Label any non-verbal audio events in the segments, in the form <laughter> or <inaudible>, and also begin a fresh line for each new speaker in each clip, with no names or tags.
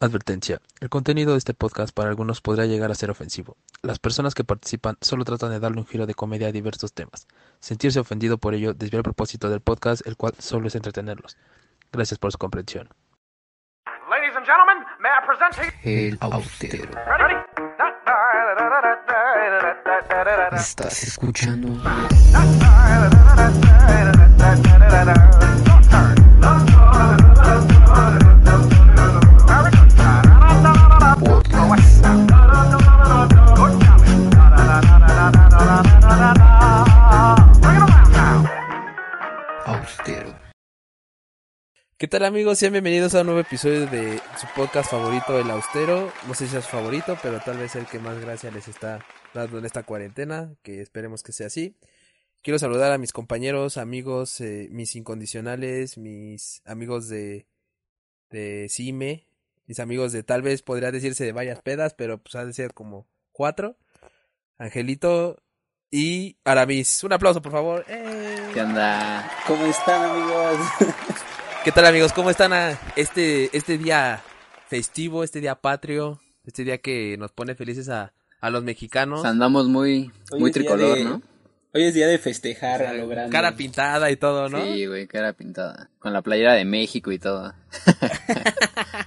Advertencia: El contenido de este podcast para algunos podría llegar a ser ofensivo. Las personas que participan solo tratan de darle un giro de comedia a diversos temas. Sentirse ofendido por ello desvía el propósito del podcast, el cual solo es entretenerlos. Gracias por su comprensión.
Ladies and gentlemen, may I present to you.
El Austero.
Ready?
Estás escuchando podcast austero.
¿Qué tal amigos? Sean bienvenidos a un nuevo episodio de su podcast favorito, El Austero. No sé si es favorito, pero tal vez el que más gracia les está dando en esta cuarentena, que esperemos que sea así. Quiero saludar a mis compañeros, amigos, eh, mis incondicionales, mis amigos de, de Cime, mis amigos de tal vez podría decirse de varias pedas, pero pues ha de ser como cuatro. Angelito y Aramis. Un aplauso, por favor. ¡Eh!
¿Qué onda? ¿Cómo están, amigos?
¿Qué tal amigos? ¿Cómo están a este, este día festivo, este día patrio, este día que nos pone felices a, a los mexicanos?
Pues andamos muy,
Hoy
muy
es día
tricolor,
de-
¿no?
Hoy es día de festejar a lo grande.
Cara pintada y todo, ¿no?
Sí, güey, cara pintada. Con la playera de México y todo.
<laughs>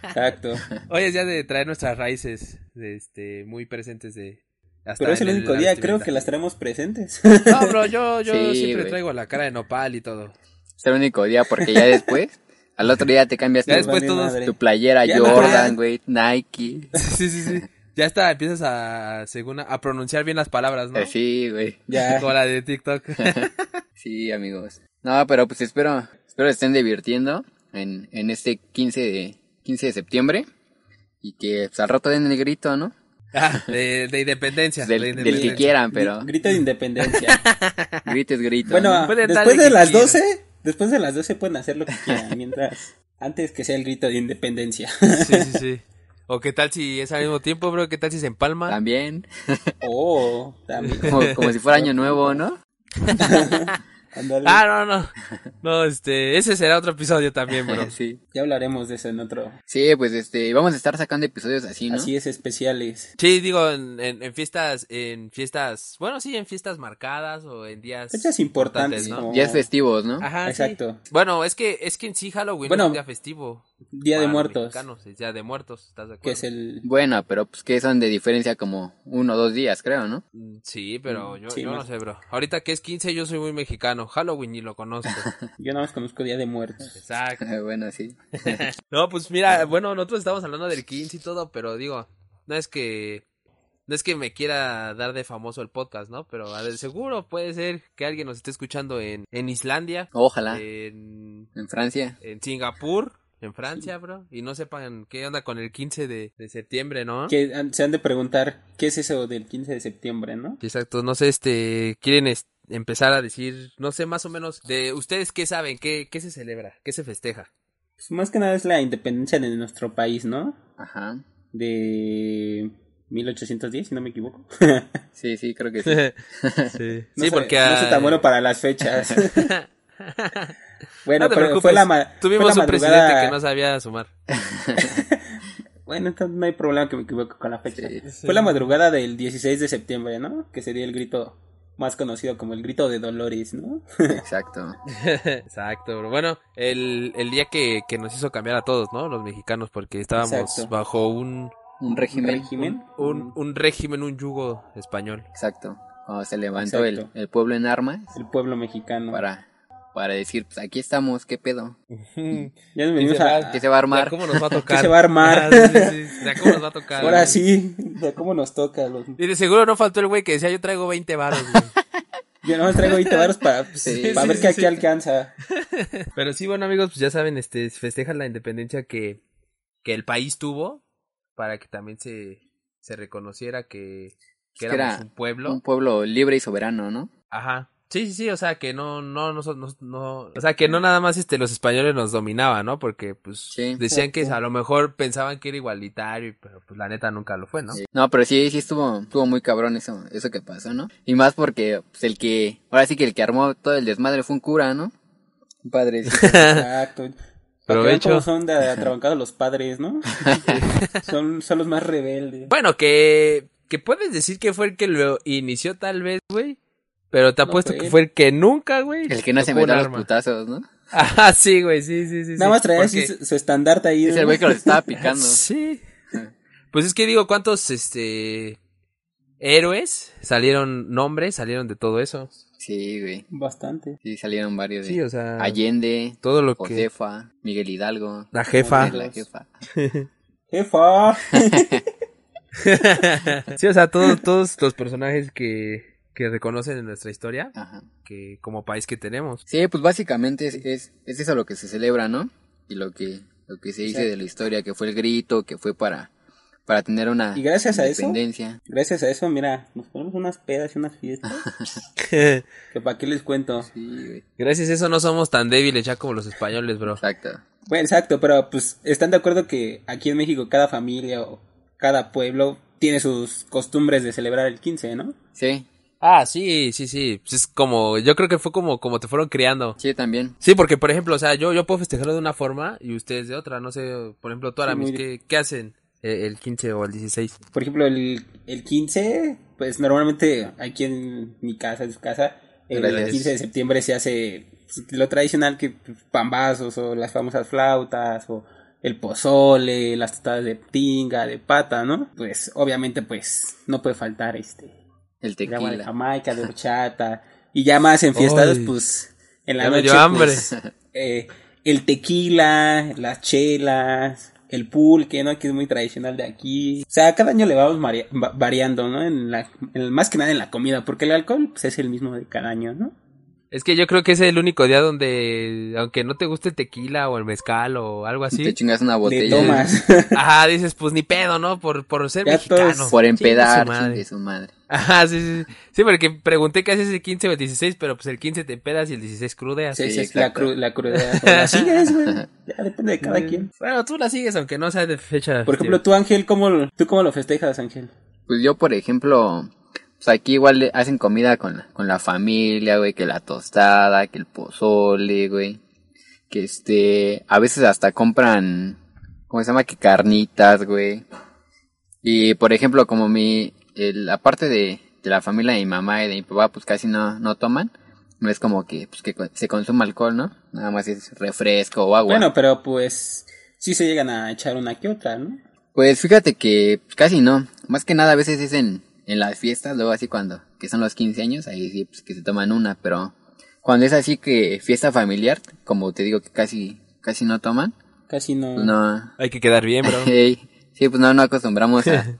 Exacto.
Hoy es día de traer nuestras raíces de este, muy presentes de... hasta
Pero es
en
el único día,
la
creo que las
vestimenta.
traemos presentes.
No, bro, yo, yo
Sí,
siempre
güey.
traigo la cara de nopal y todo. <laughs>
Es el único día porque ya después, al otro día te cambias
Ya
tu,
después
vale
todos...
madre.
tu playera
Ya,
Jordan,
ya.
güey, Nike.
Sí, sí, sí. Ya está, empiezas a, según, a pronunciar bien las palabras, ¿no?
Eh, Sí, güey.
Ya.
Como la de TikTok. <laughs>
Sí, amigos. No, pero pues espero, espero estén divirtiendo en, en este 15 de, 15 de septiembre. Y que pues, al rato den el grito, ¿no?
Ah, de, de independencia.
Del,
de
del
independencia.
que quieran,
<laughs>
pero
Grito de independencia.
grito es grito.
bueno,
¿no?
ah,
Pueden
después
darle
de
que
las
quieran.
12, después de las 12 pueden hacer lo que quieran. Mientras, antes que sea el grito de independencia.
Sí, sí, sí. O qué tal si es al mismo tiempo, bro, qué tal si se empalma.
También.
Oh, también.
Como, como si fuera año nuevo, ¿no?
Ándale.
Ah, no, no. No, este, ese será otro episodio también,
<laughs>
bro.
<laughs> Sí.
Ya hablaremos de eso en otro.
Sí, pues este, vamos a estar sacando episodios así, ¿no?
Así es, especiales.
Sí, digo, en, en- en fiestas, en fiestas, bueno, sí, en fiestas marcadas o en días.
Fechas importantes,
¿no?
como-
Días festivos, ¿no?
Ajá, sí.
Exacto.
Bueno, es que, es que en sí Halloween
Bueno,
es un día festivo.
Día de
para los
muertos,
mexicanos, es día de muertos, ¿estás de acuerdo?
que es el...
Bueno, pero pues que son de diferencia como uno o dos días, creo, ¿no? <laughs>
Mm, Sí, pero yo,
Sí,
yo no
más.
sé, bro. Ahorita que es 15 yo soy muy mexicano. Halloween ni lo conozco.
<laughs> Yo nada más conozco Día de Muertos.
Exacto.
bueno, sí.
No, pues mira, bueno, nosotros estamos hablando del 15 y todo, pero digo, no es que no es que me quiera dar de famoso el podcast, ¿no? Pero a ver, seguro puede ser que alguien nos esté escuchando en, en Islandia,
Ah.
Ojalá.
en,
En Francia.
en Singapur, en Francia, bro, y no sepan qué onda con el 15 de, de septiembre, ¿no?
Que han- se han de preguntar, ¿qué es eso del 15 de septiembre, no?
Exacto, no sé, este, quieren es- empezar a decir, no sé, más o menos, de ustedes qué saben, qué, qué se celebra, qué se festeja.
Pues más que nada es la independencia de nuestro país, ¿no?
Ajá.
de 1810, si no me equivoco.
Sí, sí, creo que sí.
<laughs>
sí,
No sé-
porque...
No soy tan
ah,
bueno para las
<laughs>
fechas. <laughs> bueno,
No te
pero fue
preocupes,
la, ma- fue
Tuvimos
la
un presidente que
madrugada-
no sabía sumar.
Bueno, entonces no hay problema que me equivoque con la fecha.
Sí.
Fue la madrugada del 16 de septiembre, ¿no? Que sería el grito más conocido como el grito de Dolores, ¿no?
Exacto.
Exacto, bro. Bueno, el, el día que, que nos hizo cambiar a todos, ¿no? Los mexicanos, porque estábamos
Exacto.
bajo un,
Un régimen.
Régimen.
un, un régimen, un yugo español.
Exacto. Cuando se levantó el,
Exacto.
el pueblo en armas
El pueblo mexicano.
para, para decir, pues aquí estamos, ¿qué pedo?
Ya nos venimos
se va-
a...
¿Qué se va a armar?
Ya cómo
<laughs>
nos va a tocar.
¿Qué se va a armar?
Ah, sí, sí, sí. Ya cómo nos va a tocar.
Ahora
güey.
sí, de cómo nos toca. Los...
Y de seguro no faltó el güey que decía, yo traigo 20 varos,
<laughs>
güey.
Yo nomás traigo 20 varos para, pues,
Sí,
para
sí,
ver
sí,
qué
sí.
aquí alcanza.
Pero sí, bueno, amigos, pues ya saben, este, festejan la independencia que, que el país tuvo para que también se, se reconociera que, que
Es que
éramos
era
un pueblo.
Un pueblo libre y soberano, ¿no?
Ajá. Sí, sí, sí, o sea, que no, no, no, no, no- o sea, que no nada más, este, los españoles nos dominaban, ¿no? Porque, pues,
Sí.
decían que
Exacto.
a lo mejor pensaban que era igualitario, pero, pues, la neta nunca lo fue, ¿no?
Sí. No, pero sí, sí estuvo, estuvo muy cabrón eso, eso que pasó, ¿no? Y más porque pues, el que, ahora sí que el que armó todo el desmadre fue un cura, ¿no? Un padrecito.
Exacto. Pero de hecho.
Provecho.
son de atrabancados los
<laughs>
padres, ¿no? son, son los más rebeldes.
Bueno, que, que puedes decir que fue el que lo inició tal vez, güey. Pero te
No
apuesto
fue
que
él.
fue el que nunca, güey.
El que no se
tocó un
metió a los
arma.
putazos, ¿no?
Ajá, sí, güey, sí, sí, sí.
Nada
sí.
más traía así
Porque-
su, su estandarte ahí.
Es el
¿no?
güey que los estaba picando.
<laughs> Sí.
Ah.
Pues es que digo, ¿cuántos, este... Héroes salieron, nombres salieron de todo eso.
Sí, güey.
Bastante.
Sí, salieron varios.
Sí,
güey.
o sea,
Allende,
Todo lo que...
Josefa, Miguel Hidalgo.
la
Ah.
jefa.
La jefa.
Jefa.
Sí, o sea, todos, todos los personajes que, que reconocen en nuestra historia,
Ajá.
que como país que
<laughs>
tenemos.
Sí, pues básicamente es, es, es eso lo que se celebra, ¿no? Y lo que, lo que se dice
Exacto.
de la historia, que fue el grito, que fue para, para tener una
Y gracias a eso-
independencia.
Gracias a eso, mira, nos ponemos unas pedas y unas fiestas. que para qué les cuento.
Sí, güey.
Gracias a eso no somos tan débiles ya como los españoles,
<laughs>
bro.
Exacto.
Bueno, exacto, pero pues están de acuerdo que aquí en México cada familia o cada pueblo tiene sus costumbres de celebrar el 15, ¿no?
Sí,
Ah, sí, sí, sí. Pues es como, yo creo que fue como, como te fueron criando.
sí, también.
Sí, porque por ejemplo, o sea, yo, yo puedo festejarlo de una forma y ustedes de otra. No sé, por ejemplo, tú, Aramis,
muy
¿qué, ¿qué hacen eh, el 15 o el 16?
Por ejemplo, el, el 15, pues normalmente aquí en mi casa, en su casa, el,
Gracias.
15 de septiembre se hace pues, lo tradicional que pues, pambazos o las famosas flautas o el pozole, las tostadas de tinga, de pata, ¿no? Pues obviamente pues no puede faltar este
El
de agua de
tequila.
Jamaica, de horchata y ya más en fiestas
Ay,
pues en la
ya me
noche
dio hambre.
pues, eh, el tequila, las chelas, el pulque, ¿no? Que es muy tradicional de aquí. O sea, cada año le vamos maria- va- variando, ¿no? En la, en- más que nada en la comida, porque el alcohol pues, es el mismo de cada año, ¿no?
Es que yo creo que es el único día donde, aunque no te guste el tequila o el mezcal o algo
Y Te
así,
chingas una
De
botella. <laughs>
tomas.
ajá, dices, pues ni pedo, ¿no? Por, por ser
Ya todos-
mexicano.
Por
Chingue
empedar,
su madre.
chingue su madre.
<laughs> Ajá, sí, sí, sí. Sí, porque pregunté qué haces el 15 o el 16, pero pues el 15 te pedas y el 16 crudeas.
Sí,
Sí,
sí, es la,
exacto.
cru- la crudeza. O la sigues, güey. Ya depende de cada quien.
Bueno, tú la sigues, aunque no sea de fecha. este,
Por ejemplo, tú, Ángel, ¿cómo, lo- ¿tú cómo lo festejas, Ángel?
Pues yo, por ejemplo, pues aquí igual le hacen comida con la, con la familia, güey, que la tostada, que el pozole, güey. Que este, a veces hasta compran, ¿cómo se llama? Que carnitas, güey. Y por ejemplo, como mi, el- la parte de, de la familia de mi mamá y de mi papá, pues casi no, no toman. No es como que, pues, que co- se consuma alcohol, ¿no? Nada más es refresco o agua.
Bueno, pero pues sí se llegan a echar una que otra, ¿no?
Pues fíjate que pues, casi no. Más que nada a veces es en, en las fiestas, luego así cuando, que son los 15 años, ahí sí pues, que se toman una, pero cuando es así que fiesta familiar, como te digo que casi, casi no toman,
Casi no.
pues, no.
Hay que quedar bien, bro.
<laughs>
<laughs>
Ey, sí, pues no, no acostumbramos
<laughs>
a,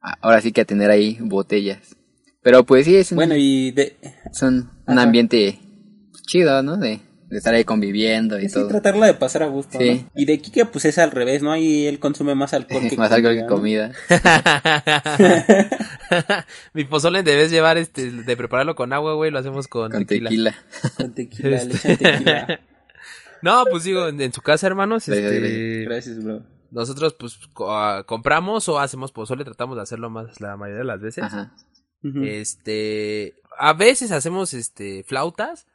a- ahora sí que a tener ahí botellas. Pero pues sí, es un,
Bueno, y de,
es un, un
Ajá.
ambiente pues, chido, ¿no? De, de estar ahí conviviendo y <laughs>
Sí,
todo.
tratarla de pasar a gusto.
Sí.
¿no? Y de Kike, pues es al revés, ¿no? Ahí él consume
<laughs>
más alcohol que
Más algo que
¿no? <laughs>
comida.
Mi pozole debes llevar, este, de prepararlo con agua, güey, lo hacemos con,
Con
tequila.
tequila.
Con tequila, le echan tequila.
No, pues digo, en, en su casa, hermanos,
Gracias,
este,
Gracias, bro.
nosotros, pues, co- ah, compramos o hacemos pozole, tratamos de hacerlo más la mayoría de las veces.
Ajá.
Ujú.
Eh, Este, a veces hacemos, este, flautas,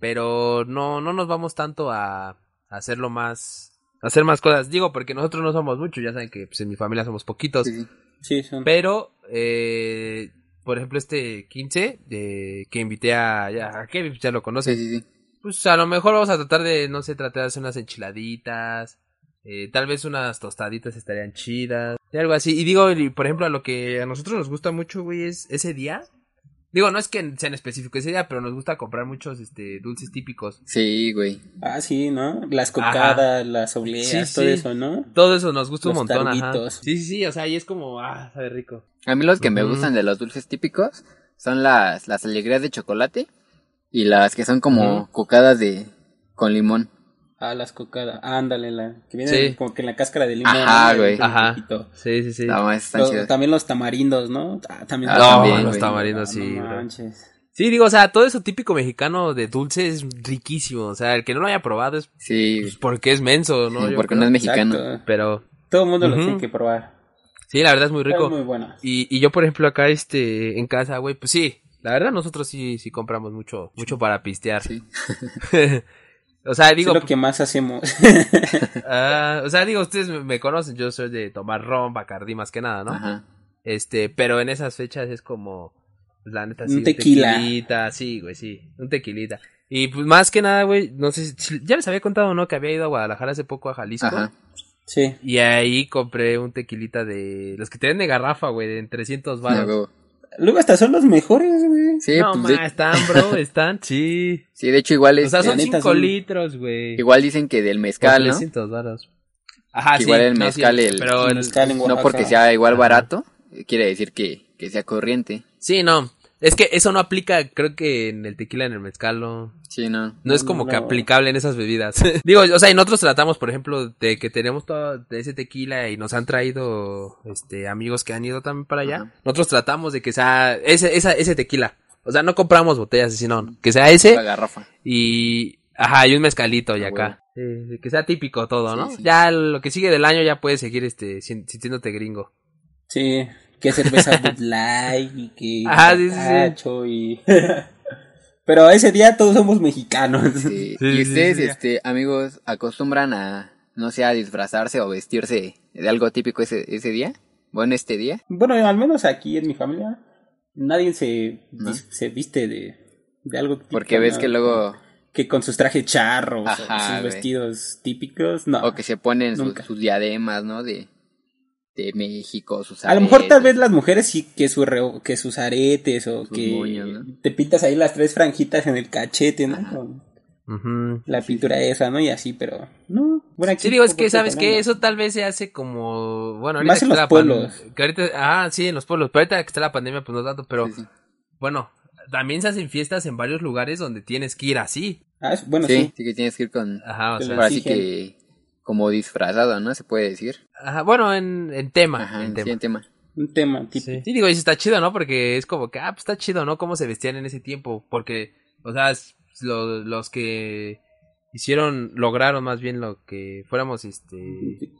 pero no, no nos vamos tanto a, a hacerlo más, a hacer más cosas. Digo, porque nosotros no somos muchos, ya saben que, pues, en mi familia somos poquitos.
Sí, sí.
Sí, son...
Pero, eh, por ejemplo, este 15, eh, que invité a, ya, a Kevin, ya lo
Sí,
conoces.
sí, sí.
Pues a lo mejor vamos a tratar de, no sé, tratar de hacer unas enchiladitas. eh, tal vez unas tostaditas estarían chidas. Y algo así. Y digo, y por ejemplo, a lo que a nosotros nos gusta mucho, güey, es ese día. Digo, no es que sea en específico ese día, pero nos gusta comprar muchos este, dulces típicos.
Sí, güey.
Ah, sí, ¿no? Las cocadas, las obleas,
Sí,
todo
sí.
eso, ¿no?
Todo eso nos gusta un
Los
montón, ajá.
taruguitos.
Sí, sí, sí, o sea, y es como, ah, sabe rico.
A mí los que me
Ujú.
gustan de los dulces típicos son las, las alegrías de chocolate y las que son como cocadas de con limón.
Ah, las cocadas. Ándale, la... que vienen
Sí.
como que en la cáscara de limón.
Ajá,
¿no?
güey.
Un
Ajá.
poquito.
Sí, sí, sí.
Nada más están
Lo-
chidas.
también los tamarindos, ¿no? Ah, también
Ah,
no,
también,
los
güey.
tamarindos,
Ah,
sí,
no
bro.
manches.
Sí, digo, o sea, todo eso típico mexicano de dulce es riquísimo. O sea, el que no lo haya probado es pues,
Sí,
porque es menso, ¿no? Yo
porque
creo.
no es mexicano.
Exacto.
Pero
Todo el mundo lo
Ujú.
tiene que probar.
sí, la verdad es muy rico.
Es muy bueno.
Y, y yo, por ejemplo, acá este, en casa, güey, pues sí, la verdad nosotros sí, sí compramos mucho, mucho para pistear.
Sí.
<laughs> O sea,
Digo,
digo,
es lo que más hacemos. <laughs>
ah, o sea, digo, ustedes me- me conocen, yo soy de tomar ron, bacardí más que nada, ¿no?
Ajá.
Este, pero en esas fechas es como, pues, la neta, sí,
Un tequila.
tequilita, sí, güey, sí, un tequilita. Y pues más que nada, güey, no sé, si- ya les había contado, ¿no? Que había ido a Guadalajara hace poco a Jalisco.
Ajá.
sí.
Y ahí compré un tequilita de los que te den de garrafa, güey, de en 300
Ya,
baros.
huevo.
Luego hasta son los mejores, güey.
Sí,
no, Pues,
pues,
ma,
de,
están,
<laughs>
bro, están, sí.
sí, de hecho igual
O sea,
este,
son
neta,
5
sí.
litros, güey.
igual dicen que del
Por
mezcal, ¿no?
300 varos. Ajá,
Igual
sí,
el
no, sí,
mezcal, el-
pero el-
Mezcal en
No
Oaxaca.
porque sea igual
Ajá.
barato, quiere decir que, que sea corriente.
Sí, no. Es que eso no aplica, creo que en el tequila, en el mezcal, no.
Sí, no.
No es como que
No.
aplicable en esas bebidas. <laughs> Digo, o sea, y nosotros tratamos, por ejemplo, de que tenemos todo de ese tequila y nos han traído este amigos que han ido también para allá.
Ajá.
Nosotros tratamos de que sea ese, esa, ese tequila. O sea, no compramos botellas, sino que sea ese
La garrafa.
y ajá, y un mezcalito y
Ah,
acá. Sí, que sea típico todo,
Sí,
¿no?
sí.
Ya lo que sigue del año ya puedes seguir este sin- sintiéndote gringo.
Sí. Que cerveza Bud Light y
<laughs>
que
Ah,
Ajá, sí, sí, sí.
Bacacho y... <laughs> Pero ese día todos somos mexicanos. <laughs>
Sí.
<laughs> Sí,
y
sí,
ustedes,
sí, sí.
este, amigos, acostumbran a, no sé, a disfrazarse o vestirse de algo típico ese, ese día. Bueno, este día.
Bueno, al menos aquí en mi familia nadie se,
¿No?
dis- se viste de, de algo típico.
Porque ves
¿no?
que luego,
Que con sus trajes charros, o
Ajá,
sus
güey.
vestidos típicos, no.
o que se ponen sus,
Nunca.
sus diademas, ¿no? De, de México, sus
A lo mejor tal
aretes.
vez las mujeres sí que, su reo- que sus aretes o que
moños, ¿no?
te pintas ahí las tres franjitas en el cachete, ¿no? Con
Ujú.
la pintura esa, ¿no? Y así, pero no. Bueno, aquí
Sí, digo, es
tampoco
que, ¿sabes
problema.
qué? Eso tal vez se hace como. Bueno, ahorita
Más
que
en
está
los
la pan-
pueblos.
que ahorita- Ah, sí, en los pueblos. Pero ahorita que está la pandemia, pues no tanto. Pero
Sí, sí.
bueno, también se hacen fiestas en varios lugares donde tienes que ir así.
Ah, es- bueno,
Sí,
sí. Ah,
sí que tienes que ir con, pues,
Ajá, o
Pero
sea.
ahora sí
exigen.
que, como disfrazado, ¿no? Se puede decir.
Ajá, bueno, en, en tema.
Ajá,
en
sí,
tema.
en tema.
Un tema
Sí.
típico.
Sí, digo, y eso está chido, ¿no? Porque es como que, ah, pues está chido, ¿no? Cómo se vestían en ese tiempo. Porque, o sea, es- lo- los que hicieron, lograron más bien lo que fuéramos este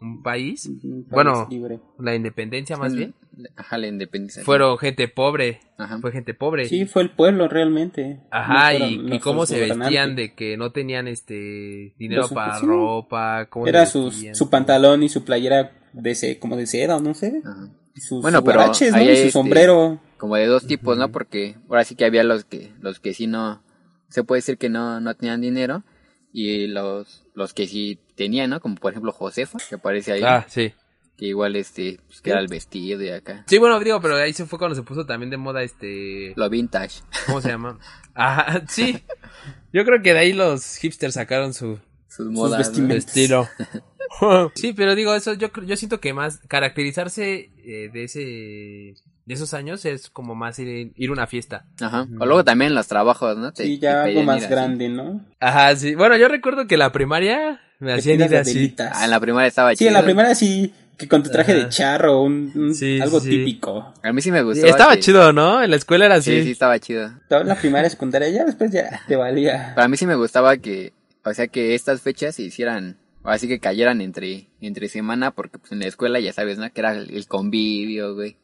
un país,
Un país
Bueno.
libre.
la independencia más bien,
Ajá, la independencia.
fueron pues, gente pobre.
Ajá.
Fue gente pobre.
Sí, fue el pueblo realmente.
Ajá,
No
y-
fueron
y, cómo
nuestros
se vestían
gobernantes.
de que no tenían este dinero
Los-
para
sí.
ropa, cómo se
Era su,
vestían,
su
todo.
pantalón y su playera de ce- como de seda, no sé.
Ajá.
Sus
Bueno, pero
huaraches, ¿no?
ahí
Y
hay
su
este-
sombrero.
como de dos tipos, ¿no? Porque ahora sí que había los que los que sí no se puede decir que no no tenían dinero y los los que sí tenían, ¿no? Como por ejemplo Josefa, que aparece ahí,
Ah, sí.
que igual este pues, que era el vestido y acá.
Sí, bueno, digo, pero ahí se fue cuando se puso también de moda este
Lo vintage.
¿cómo se llama? <laughs> Ajá, sí. Yo creo que de ahí los hipsters sacaron su
Sus modas. ¿no?
vestimentas.
estilo. sí, pero digo, eso yo cre- yo siento que más caracterizarse eh, de ese de esos años es como más ir, ir a una fiesta.
Ajá. O luego también los trabajos, ¿no? Te-
Sí,
te
ya algo
pedían ir
más
así.
grande, ¿no?
Ajá, sí. Bueno, yo recuerdo que la primaria me
Te
hacían
tiras
ir
de
así.
velitas.
Ah, en la primera estaba
Sí, en la
chido.
primera sí, que con tu traje de charro, un, un-
Sí,
algo
sí.
típico.
A mí sí me
Sí,
gustó. este.
Estaba chido, ¿no? En la escuela era así.
Sí, sí estaba chido.
Estaba en la primaria, secundaria, ya después ya te valía.
Para mí sí me gustaba que, o sea, que estas fechas se hicieran, así que cayeran entre, entre semana, porque pues en la escuela ya sabes, ¿no? Que era el, el convivio, güey.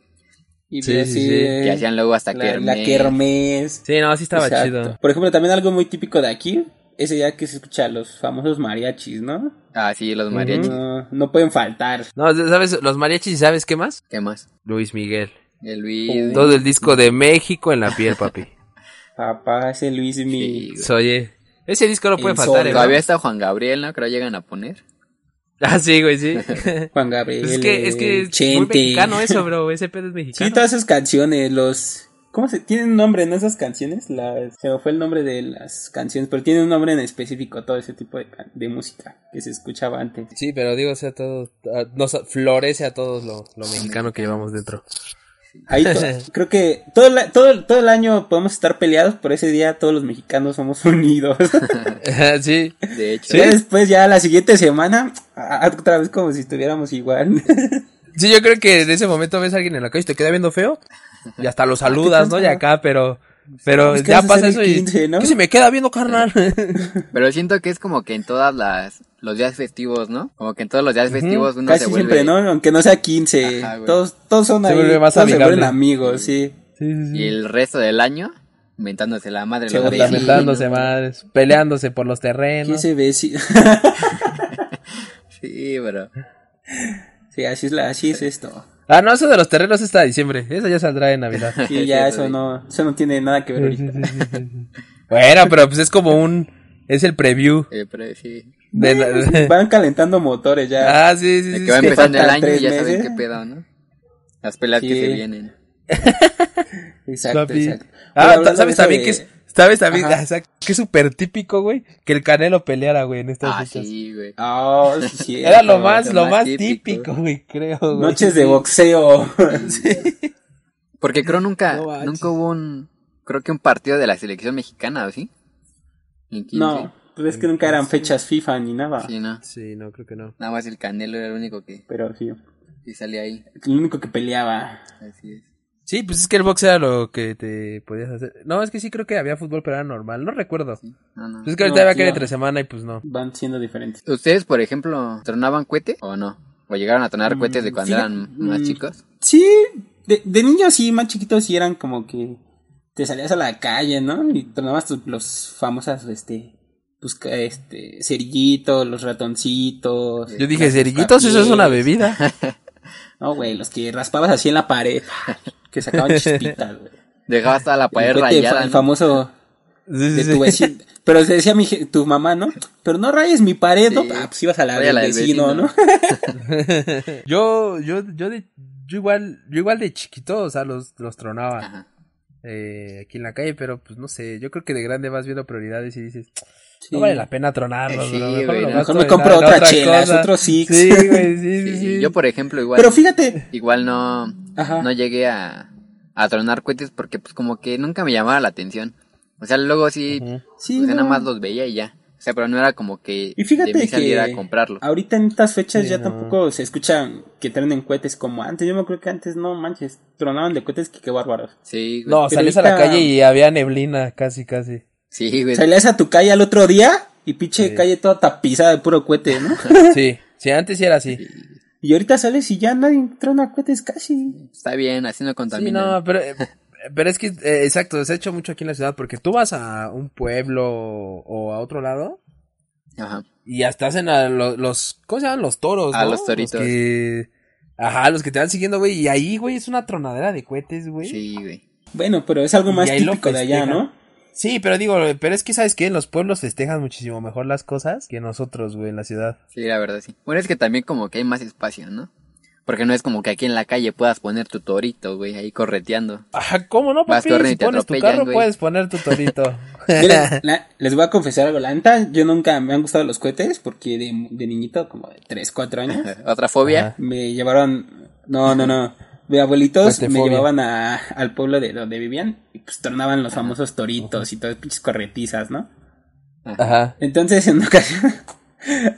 Y
Sí,
de
sí,
así,
sí.
eh,
Que hacían luego hasta
la,
que
la kermés.
Sí, no, sí estaba
Exacto.
chido.
Por ejemplo, también algo muy típico de aquí, ese día que se escucha a los famosos mariachis, ¿no?
Ah, sí, los mariachis.
No, no pueden faltar.
No, ¿sabes? Los mariachis, ¿sabes qué más?
¿Qué más?
Luis Miguel.
El Luis.
Todo el disco de México en la piel, papi.
Papá, ese Luis mi...
Sí, güey.
Oye, ese disco no puede
El
faltar,
sol.
¿eh?
Todavía
¿no?
está Juan Gabriel, ¿no? Creo llegan a poner.
Ah, sí, güey, sí.
Juan Gabriel.
Pues es que es, que es muy
Chente.
mexicano eso, <laughs> bro. Ese pedo es mexicano.
Sí, todas esas canciones, los... ¿Cómo se...? Tienen un nombre, ¿no? Esas canciones, las... Se me fue el nombre de las canciones, pero tienen un nombre en específico todo ese tipo de, can- de música que se escuchaba antes.
Sí, pero digo, o sea, todo. a- Nos florece a todos lo, lo mexicano que llevamos dentro.
Ahí to- creo que todo, la- todo, el- todo el año podemos estar peleados, pero ese día todos los mexicanos somos <laughs> unidos.
<laughs> sí.
De hecho,
Ya después, ya la siguiente semana, a- a- otra vez como si estuviéramos igual.
Sí, yo creo que en ese momento ves a alguien en la calle y te queda viendo feo. Y hasta lo saludas, ¿no? Y acá, pero. Pero
Es que
ya
vas a
pasa
ser
eso
el
y.
15, ¿no?
¿Qué se me queda viendo, carnal? <laughs>
pero siento que es como que en todas las, los días festivos, ¿no? Como que en todos los días festivos <laughs> uno
Casi
se vuelve.
siempre, ¿no? Aunque no sea 15.
Ajá, güey.
todos, todos son
Se
ahí,
vuelve más
todos se
amigable.
vuelven amigos, sí.
Y el resto del año mentándose la madre.
Sí,
los
también.
vecinos.
Lamentándose madres, peleándose por los terrenos.
15 veces. <laughs>
Sí, pero
sí, así es, la, así
<laughs>
es esto.
Ah, no, eso de los terrenos está diciembre. Eso ya saldrá en Navidad.
Y ya eso no, eso no tiene nada que ver ahorita.
bueno, pero pues es como un. Es el preview.
eh, pero sí.
De la-
<laughs> Van calentando motores ya.
Ah, sí, sí,
De
sí,
que va
sí.
te
empezando el
faltan
año y
tres
ya saben
meses.
qué pedo, ¿no? Las pelas que
Sí.
se vienen.
exacto,
Papi.
exacto. Oye,
Ah,
hablando
ta- ¿sabes
de eso
también
de-
que es? ¿Sabes también?
Ajá.
Ah, exacto. Que es súper típico, güey. Que el Canelo peleara, güey, en estas
Ah,
fechas.
sí, güey.
Ah, sí, sí,
Era lo
pero-
más, lo
más
más
típico.
típico, güey, creo, güey.
Noches de
Sí.
<laughs>
boxeo.
Porque creo nunca,
No manches.
nunca hubo un, creo que un partido de la selección mexicana, ¿o sí? En 15.
no, pues es que nunca eran fechas FIFA ni nada.
Sí, no.
Sí, no, creo que no.
Nada más el Canelo era el único que,
Pero sí,
que salía ahí.
lo único que peleaba.
Así es.
Sí, pues es que el box era lo que te podías hacer. No, es que sí creo que había fútbol, pero era normal. No recuerdo.
No, no.
Pues es que
No,
ahorita había que ir
tío.
entre semana y pues no.
Van siendo diferentes.
¿Ustedes, por ejemplo, tronaban cohete o no? ¿O llegaron a tronar cohetes de cuando
fíjate-
eran más
mm.
chicos?
Sí, de, de niños sí, más chiquitos sí eran como que te salías a la calle, ¿no? Y tomabas tus, los famosos, este, pues, ca- este, cerillitos, los ratoncitos. eh,
Yo dije, cerillitos, eso es una
<laughs>
bebida.
No, güey, los que raspabas así en la pared, que
<laughs>
sacaban chispitas, güey.
Dejabas toda la pared
El cohete fa-
rayada.
el
¿no?
famoso
Sí, sí,
de
sí.
tu vecino. Pero se decía mi, je- tu mamá, ¿no? Pero no rayes mi pared, ¿no?
Sí.
Ah, pues ibas a la
Raya
del
la del
vecino,
vecino.
¿no?
Yo, yo, yo, de- yo igual, yo igual de chiquito, o sea, los, los tronaba
Ajá.
eh, aquí en la calle, pero pues no sé, yo creo que de grande vas viendo prioridades y dices,
Sí.
<laughs> no vale la pena tronarlos,
Eh, sí,
bro,
güey,
lo
no.
gasto
Mejor me
en-
compro
en
otra chela,
cosa".
otro Six.
Sí, güey,
<laughs>
sí, sí,
Sí,
sí.
Yo, por ejemplo, igual,
Pero fíjate,
igual no,
Ajá.
no llegué a, a tronar cohetes porque pues como que nunca me llamaba la atención. O sea, luego sí,
sí,
pues, nada
no.
más los veía y ya. O sea, pero no era como que
Y fíjate
de mí
que
saliera a comprarlo.
ahorita en estas fechas
Sí,
ya
no.
tampoco se escuchan que trenen cohetes como antes. Yo me acuerdo que antes no manches, tronaban de cohetes que qué bárbaros.
Sí, güey.
No,
pues, Pero
salías a la
ahorita-
calle y había neblina, casi,
<laughs>
casi.
Sí, güey.
Salías a tu calle al otro día y pinche
Sí.
calle toda tapizada de puro cohete,
<laughs>
¿no?
Sí, sí, antes sí era así.
y ahorita sales y ya nadie trona cohetes casi.
Está bien, así no
Sí,
contamina.
no,
<laughs>
pero, eh, pero es que, eh, exacto, se ha hecho mucho aquí en la ciudad, porque tú vas a un pueblo o a otro lado
Ajá.
y hasta hacen a lo- los, ¿cómo se llaman? Los toros,
A
¿no?
los toritos.
que- ajá, los que te van siguiendo, güey, y ahí, güey, es una tronadera de cohetes, güey. Sí.
Sí, güey.
Bueno, pero es algo
Y
más
ahí lo
típico de allá,
festejan. <laughs>
¿no?
pero digo, pero es que, ¿sabes qué? En los pueblos festejan muchísimo mejor las cosas que nosotros, güey, en la ciudad.
Sí, la verdad, sí. Bueno, es que también como que hay más espacio, ¿no? Porque no es como que aquí en la calle puedas poner tu torito, güey, ahí correteando. <laughs>
Ajá, ¿cómo no,
Vas
papi?
corriendo
Si
y te
pones tu
atropellan,
carro,
güey.
puedes poner tu
<laughs>
torito.
Miren, la- les voy a confesar algo, la neta, yo nunca me han gustado los cohetes porque de, de niñito, como de 3, 4 años,
Otra fobia.
Ajá.
me llevaron, no, no, no, mis abuelitos me
Cohetefobia.
llevaban a, al pueblo de donde vivían y pues tornaban los famosos toritos y todas pinches corretizas, ¿no?
Ajá.
Entonces en <laughs> una ocasión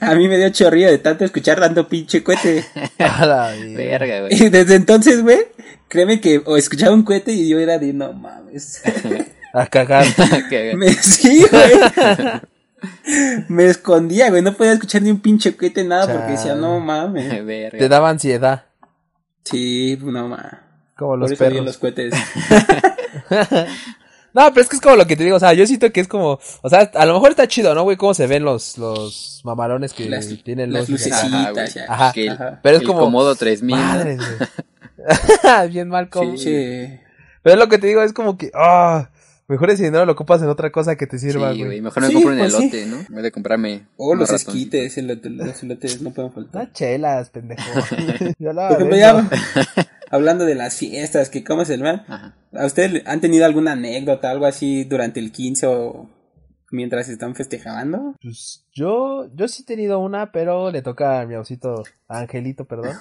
a mí me dio chorrillo de tanto escuchar tanto pinche
<laughs>
cohete.
A la verga.
Verga,
<laughs>
güey. <laughs>
Y desde entonces, güey, créeme que o escuchaba un cohete y yo era de no mames.
A
<laughs>
cagar.
Que-
<laughs> Me, sí, güey. Me escondía, güey, no podía escuchar ni un pinche cohete nada porque decía,
Chale.
no mames.
Verga.
te daba ansiedad.
Sí, no mames.
Como
Por
los
eso odio
perros. <laughs>
los cohetes.
No, pero es que es como lo que te digo, o sea, yo siento que es como, o sea, a lo mejor está chido, ¿no, güey? Cómo se ven los, los mamalones que
Las,
tienen
las
los
Ajá, güey.
lucecitas. ya.
Ajá.
Que el,
Ajá.
Pero es
el
como-
Comodo 3000. ¿no?
Madres, güey. <laughs> Bien mal como.
Pinche-
Pero es lo que te digo, es como que, ah, mejor ese dinero lo ocupas en otra cosa que te sirva,
sí, güey.
güey.
Mejor me
Sí,
compro un
pues, sí.
elote, ¿no? En vez de comprarme.
O
unos
los
ratoncitos.
esquites, el- los elotes no pueden faltar.
No chelas, pendejo.
<laughs>
<laughs> Yo la
Por
vendo.
ejemplo, ya hablando de las fiestas, que comes el mal.
Ajá. <laughs>
¿A ustedes le- han tenido alguna anécdota, algo así durante el 15 o mientras están festejando?
Pues, yo, yo sí he tenido una, pero le toca a mi ausito, a Angelito, perdón,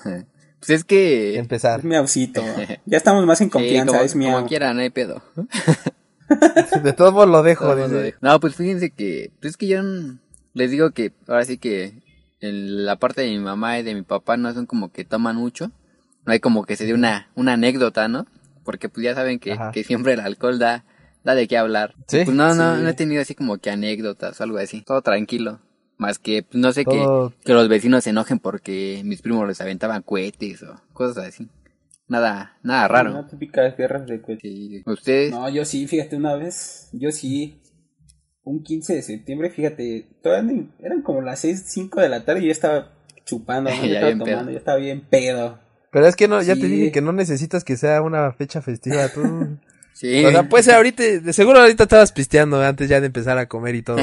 Pues es que.
empezar. <laughs>
<laughs>
Es mi ausito. Ya estamos más en
sí,
confianza,
como,
es mi
como quiera, no hay pedo.
De todos modos lo dejo,
Todo el mundo
dice.
dijo. No, pues fíjense que, pues es que yo mm, les digo que ahora sí que en la parte de mi mamá y de mi papá no son como que toman mucho. No hay como que se dé una, una anécdota, ¿no? Porque pues ya saben que,
Ajá.
que siempre el alcohol da, da de qué hablar.
Sí,
Pues no, no,
sí.
no he tenido así como que anécdotas o algo así. Todo tranquilo. Más que, pues, no sé, que,
Todo-
que los vecinos se enojen porque mis primos les aventaban cohetes o cosas así. Nada, nada raro.
Una típica de guerras de cohetes.
Sí. Ustedes,
No, yo sí, fíjate, una vez, yo sí, un 15 de septiembre, fíjate, todavía ni- eran como las 6, 5 de la tarde y yo estaba chupando,
<laughs>
¿no?
Ya
yo estaba
bien
tomando,
pedo.
yo estaba bien pedo.
Pero es que no, ya te
Sí.
dije que no necesitas que sea una fecha festiva,
<laughs>
tú.
sí.
O sea, pues ahorita, de seguro ahorita estabas pisteando antes ya de empezar a comer
<laughs>
y todo.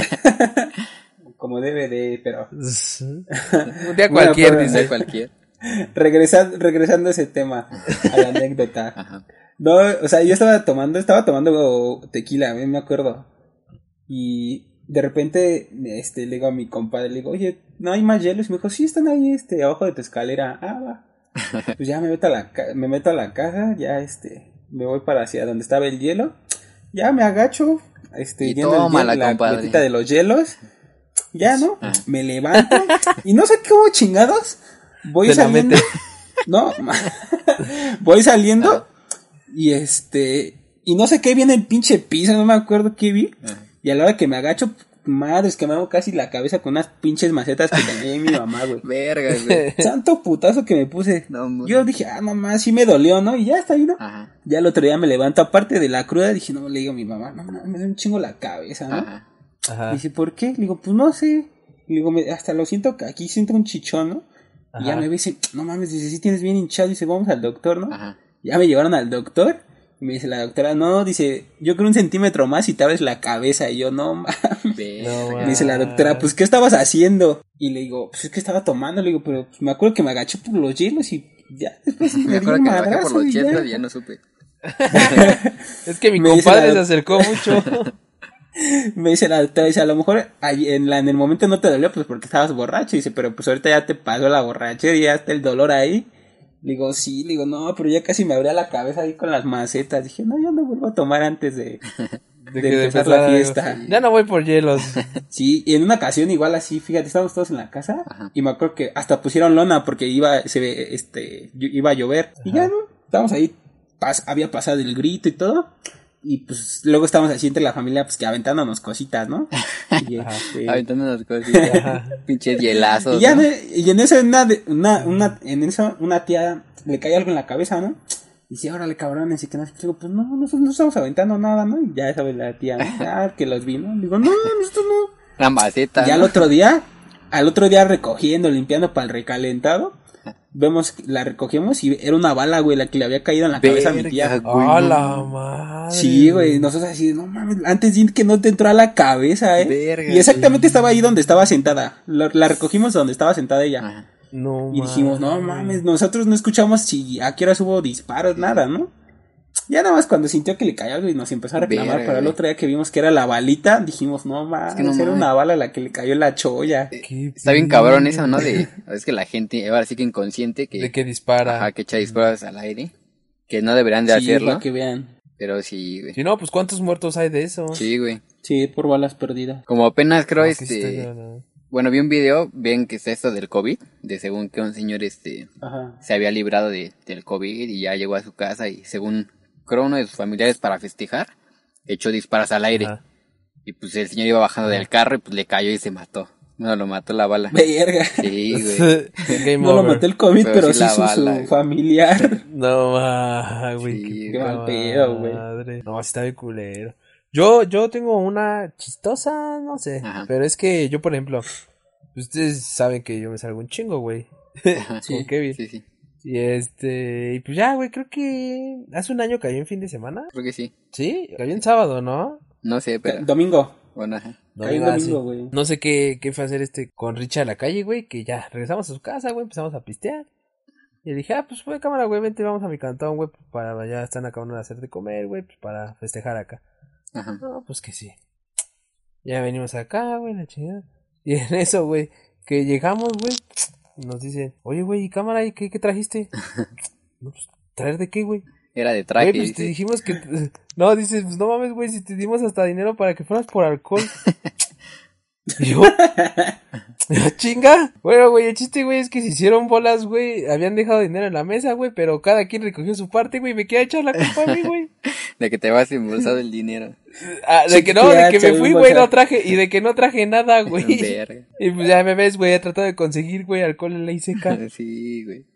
Como DVD, pero
Un día
Bueno,
cualquier,
pero-
dice.
de cualquier.
regresa- regresando a ese tema, a la anécdota.
Ajá.
No, o sea, yo estaba tomando, estaba tomando tequila, a mí me acuerdo. Y de repente, este, le digo a mi compadre, le digo, oye, ¿no hay más hielos? Y me dijo, sí, están ahí, este, abajo de tu escalera. Ah, va.
<laughs>
Pues ya me meto a la, ca- me meto a la caja, ya, este, me voy para hacia donde estaba el hielo. Ya me agacho, este,
Y
lleno el
tómala,
hielo- la
compadre.
cubetita de los hielos. Ya, ¿no?
Ah.
Me levanto y no sé cómo chingados voy
Te la
saliendo.
mete.
No, <laughs> voy
Ah.
saliendo y este y no sé qué viene el pinche piso, no me acuerdo qué vi. Y a la hora que me agacho, madres, que me hago casi la cabeza con unas pinches macetas que tenía ahí mi
<laughs>
mamá, güey. <laughs>
Verga, güey.
Santo putazo que me puse.
No, mames. Ah.
Yo dije, ah, mamá, sí me dolió, ¿no? Y ya está ahí, ¿no?
Ajá.
Ya el otro día me levanto, aparte de la cruda, dije, no, le digo a mi mamá, mamá, me da un chingo la cabeza, ¿no?
Ajá. Ah.
Ajá.
Dice, ¿por qué? Le digo, pues no sé. Le digo, me- hasta lo siento, que aquí siento un chichón, ¿no? Y ya
Ajá.
me ve y dice, no mames, dice, sí tienes bien hinchado. Dice, vamos al doctor, ¿no?
Ajá.
Ya me llevaron al doctor. Y me dice la doctora, no, dice, yo creo un centímetro más y te abres la cabeza. Y yo, no mames. <laughs>
Verga.
Me dice la doctora, pues, ¿qué estabas haciendo? Y le digo, pues es que estaba tomando. Le digo, pero pues, me acuerdo que me agaché por los hielos y ya
<laughs>
después
Me
di
acuerdo
un
que me bajé por
madrazo
los
y ya.
chetos y ya no supe.
Es que mi
Me dice
compadre
la-
se acercó mucho.
<laughs> Me dice la doctora, dice, a lo mejor ahí en, la- en el momento no te dolió, pues porque estabas borracho. Dice, pero pues ahorita ya te pasó la borrachera y ya está el dolor ahí. Le digo, sí, le digo, no, pero ya casi me abría la cabeza ahí con las macetas. Dije, no, yo no vuelvo a tomar antes de...
<laughs> De
que empezar
empezara
la
algo.
fiesta.
Ya no voy por
<laughs>
hielos.
Sí, y en una ocasión igual así, fíjate, estábamos todos en la casa y me acuerdo que hasta pusieron lona porque iba, se ve, este, yo- iba a llover. Y ya, ¿no? Estábamos ahí, pas- había pasado el grito y todo. Y pues luego estábamos así entre la familia, pues que aventándonos cositas, ¿no? Y, este,
Aventando las cosas. Pinches hielazos.
Y ya
¿no?
de- y en esa una, de- una, una- en esa una tía le cae algo en la cabeza, ¿no? Y dice, órale cabrón, y que no, digo, pues no, nosotros no estamos aventando nada, ¿no? Y ya sabes la tía, ah, que los vino. Digo, no, nosotros no.
La maceta.
Y al
¿no?
otro día, al otro día recogiendo, limpiando para el recalentado, vemos, la recogemos y era una bala, güey, la que le había caído en la cabeza a mi
Verga,
tía.
güey,
¡A
no
la madre!
Sí, güey, nosotros así, no mames, antes di que no te entró a la cabeza, ¿eh?
Verga,
y exactamente estaba ahí donde estaba sentada. La, la recogimos donde estaba sentada ella.
Ajá.
No,
Y dijimos, no mames, nosotros no escuchamos si a qué horas hubo disparos, nada, ¿no? Ya nada más cuando sintió que le cayó algo y nos empezó a reclamar,
Verga,
pero el
güey.
otro día que vimos que era la balita, dijimos, no mames,
que no
era
mames.
una bala la que le cayó la cholla.
Qué
Está bien
pedo.
cabrón eso, ¿no?
<laughs>
De, es que la gente, ahora sí que inconsciente, que,
De que dispara.
ajá, que echa disparos al aire, que no deberían de
sí,
hacerlo,
para que vean.
pero sí, güey.
Si no, pues ¿cuántos muertos hay de eso?
Sí, güey.
Sí, por balas perdidas.
Como apenas creo,
No, pues. que sí
este,
está- no, no.
bueno, vi un video, ven que está esto del COVID, de según que un señor, este,
<laughs>
Ajá.
se había librado de, del COVID y ya llegó a su casa y según, creo, uno de sus familiares para festejar, echó disparos al aire.
Ajá.
Y pues el señor iba bajando del carro y pues le cayó y se mató. Bueno, lo mató
<laughs>
la bala.
Verga.
Sí, güey.
Game
<laughs> No lo
over.
mató el COVID,
Pero
pero,
sí
sí,
la
su, su
bala, güey.
familiar.
<laughs> No, ma, güey.
Sí,
qué
qué
poca
mal pedo, güey.
madre. No, sí está bien culero. Yo, yo tengo una chistosa, no sé.
Ajá.
Pero es que yo, por ejemplo, ustedes saben que yo me salgo un chingo, güey.
Ajá.
Con Kevin.
Sí, sí.
Y este, y pues ya, güey, creo que hace un año cayó en fin de semana.
Creo que sí.
Sí, cayó en sábado, ¿no?
No sé, pero.
<laughs> Domingo.
Bueno, ajá.
Cayó
iba,
domingo,
sí.
güey.
No sé qué, qué fue hacer este con Richa a la calle, güey, que ya regresamos a su casa, güey, empezamos a pistear. Y dije, ah, pues fue cámara, güey, vente, vamos a mi cantón, güey, pues, para ya están acabando de hacer de comer, güey, pues para festejar acá.
Ajá.
No, pues que sí. Ya venimos acá, güey, la chingada. Y en <laughs> eso, güey, que llegamos, güey, nos dicen, oye, güey, ¿y cámara, ¿y qué, qué trajiste? <laughs> No, pues, ¿traer de qué, güey?
Era de
Güey,
traje.
pues te
dice.
dijimos que... <laughs> No, dices, pues no mames, güey, si te dimos hasta dinero para que fueras por
<laughs>
alcohol. Y yo... <laughs> "Ah, ¡Chinga! Bueno, güey, el chiste, güey, es que se hicieron bolas, güey. Habían dejado dinero en la mesa, güey, pero cada quien recogió su parte, güey. y Me queda echar la culpa a mí,
<laughs>
güey.
De que te vas embolsado el dinero.
Ah, de
Sí,
que no, de
ya,
que me
chale,
fui,
un
güey,
bolsa.
no traje... Y de que no traje
<laughs>
nada, <laughs> güey.
Verga.
Y pues ya me ves, güey, he tratado de
<laughs>
conseguir, güey, alcohol en la ICK.
<laughs> Sí, güey.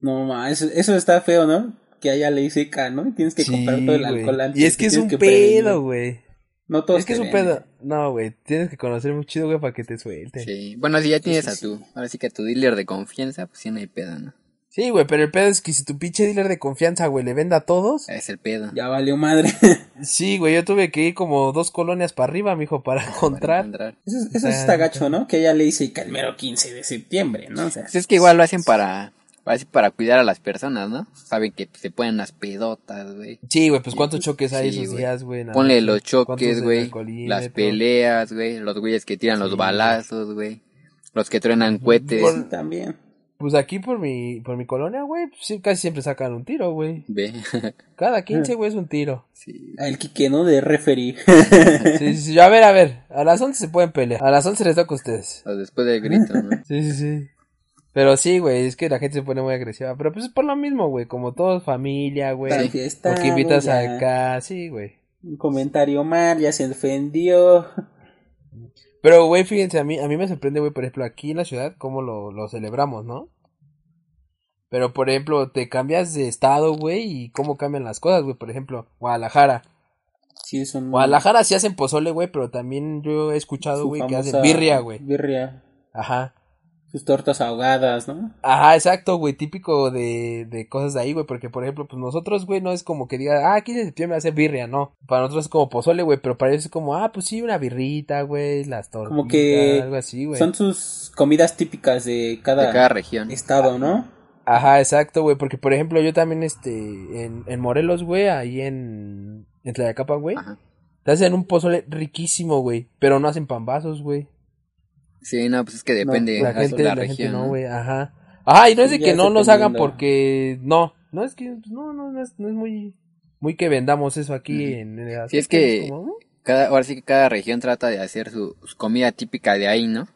No, ma, eso, eso está feo, ¿no? que haya ley seca, ¿no? Y tienes que
Sí,
comprar todo el
güey.
alcohol antes.
Y es que es
tienes
un
prevenir.
pedo, güey.
No todos
Es que es
te
un
venden.
pedo. No, güey. Tienes que conocer muy chido, güey, para que te suelte.
Sí. Bueno, si ya tienes a tu, ahora sí que a tu dealer de confianza, pues sí no hay pedo, ¿no?
Sí, güey, pero el pedo es que si tu pinche dealer de confianza, güey, le venda a todos.
Es el pedo.
Ya valió madre. <laughs>
Sí, güey, yo tuve que ir como dos colonias para arriba, mijo, para
Para
encontrar.
encontrar.
Eso, es- eso
Ah.
está gacho, ¿no? Que haya ley seca el mero 15 de septiembre, ¿no? O sea,
Pues es que igual lo hacen para, para, para cuidar a las personas, ¿no? Saben que se ponen las pedotas, güey.
Sí, güey, pues cuántos choques hay
Sí,
esos
güey.
días, güey. Nada,
Ponle
güey.
los
¿Cuántos
choques,
del
güey.
alcoholímetro?
Las peleas, güey. Los güeyes que tiran los balazos, güey. Los que truenan cohetes.
Por-
también.
Pues aquí por mi, por mi colonia, güey, pues sí, casi siempre sacan un tiro, güey.
Ve.
Cada 15, güey, es un tiro.
sí.
El Quique, ¿no? De referí.
Sí, sí, sí. A ver, a ver. A las 11 se pueden pelear. A las 11 les toca a ustedes.
<laughs> O después del grito,
<laughs>
¿no?
Sí, sí, sí. Pero sí, güey, es que la gente se pone muy agresiva. Pero pues es por lo mismo, güey. Como todos, familia, güey.
Para
Porque
fiesta,
invitas
güey, ya.
acá, sí, güey.
<laughs> Un comentario mal, ya se ofendió. <laughs>
Pero, güey, fíjense, a mí, a mí me sorprende, güey, por ejemplo, aquí en la ciudad, cómo lo, lo celebramos, ¿no? Pero, por ejemplo, te cambias de estado, güey, y cómo cambian las cosas, güey. Por ejemplo, Guadalajara.
Sí, es un...
Guadalajara sí hacen pozole, güey, pero también yo he escuchado,
su
güey, que hacen
famosa
birria, güey.
Birria.
Ajá.
Sus tortas ahogadas, ¿no?
Ajá, exacto, güey, típico de, de cosas de ahí, güey, porque por ejemplo, pues nosotros, güey, no es como que diga, ah, 15 de septiembre hace birria, no. Para nosotros es como pozole, güey, pero para ellos es como, ah, pues sí, una birrita, güey, las tortas,
Como que
algo así, güey.
Son sus comidas típicas de cada,
De cada región.
estado, ¿no?
Ajá, exacto, güey, porque por ejemplo, yo también, este, en, en Morelos, güey, ahí en, en Tlayacapan, güey,
Ajá.
te hacen un pozole riquísimo, güey, pero no hacen pambazos, güey.
Sí, no, pues es que depende
La
de
gente,
la,
la,
región.
gente no,
¿no?
güey, ajá. Ajá, y no es de
Sí, ya
que no nos hagan
dependiendo.
porque no, no es que pues, no, no, no es, no es muy muy que vendamos eso aquí
Ujú.
en, en el
Sí, es
aspecto,
que-
como, ¿eh?
Cada, ahora sí que cada región trata de hacer su, su comida típica de ahí, ¿no?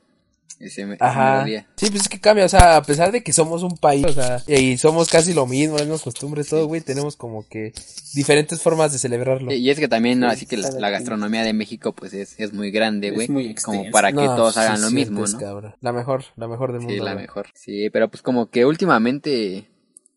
Ese, me- ese mero
Ajá.
día.
Sí, pues es que cambia, o sea, a pesar de que somos un país, o sea, y somos casi lo mismo, las mismas costumbres, todo, güey, tenemos como que diferentes formas de celebrarlo.
Y- Y es que también, ¿no? así que la,
está
la
bien.
gastronomía de México, pues es, es muy grande,
Es
güey.
muy
Como
extensa.
para que
No,
todos
sí,
hagan lo
cierto
mismo,
es,
¿no?
cabrón. La mejor, la mejor del
Sí,
mundo.
la
güey.
mejor. Sí, pero pues como que últimamente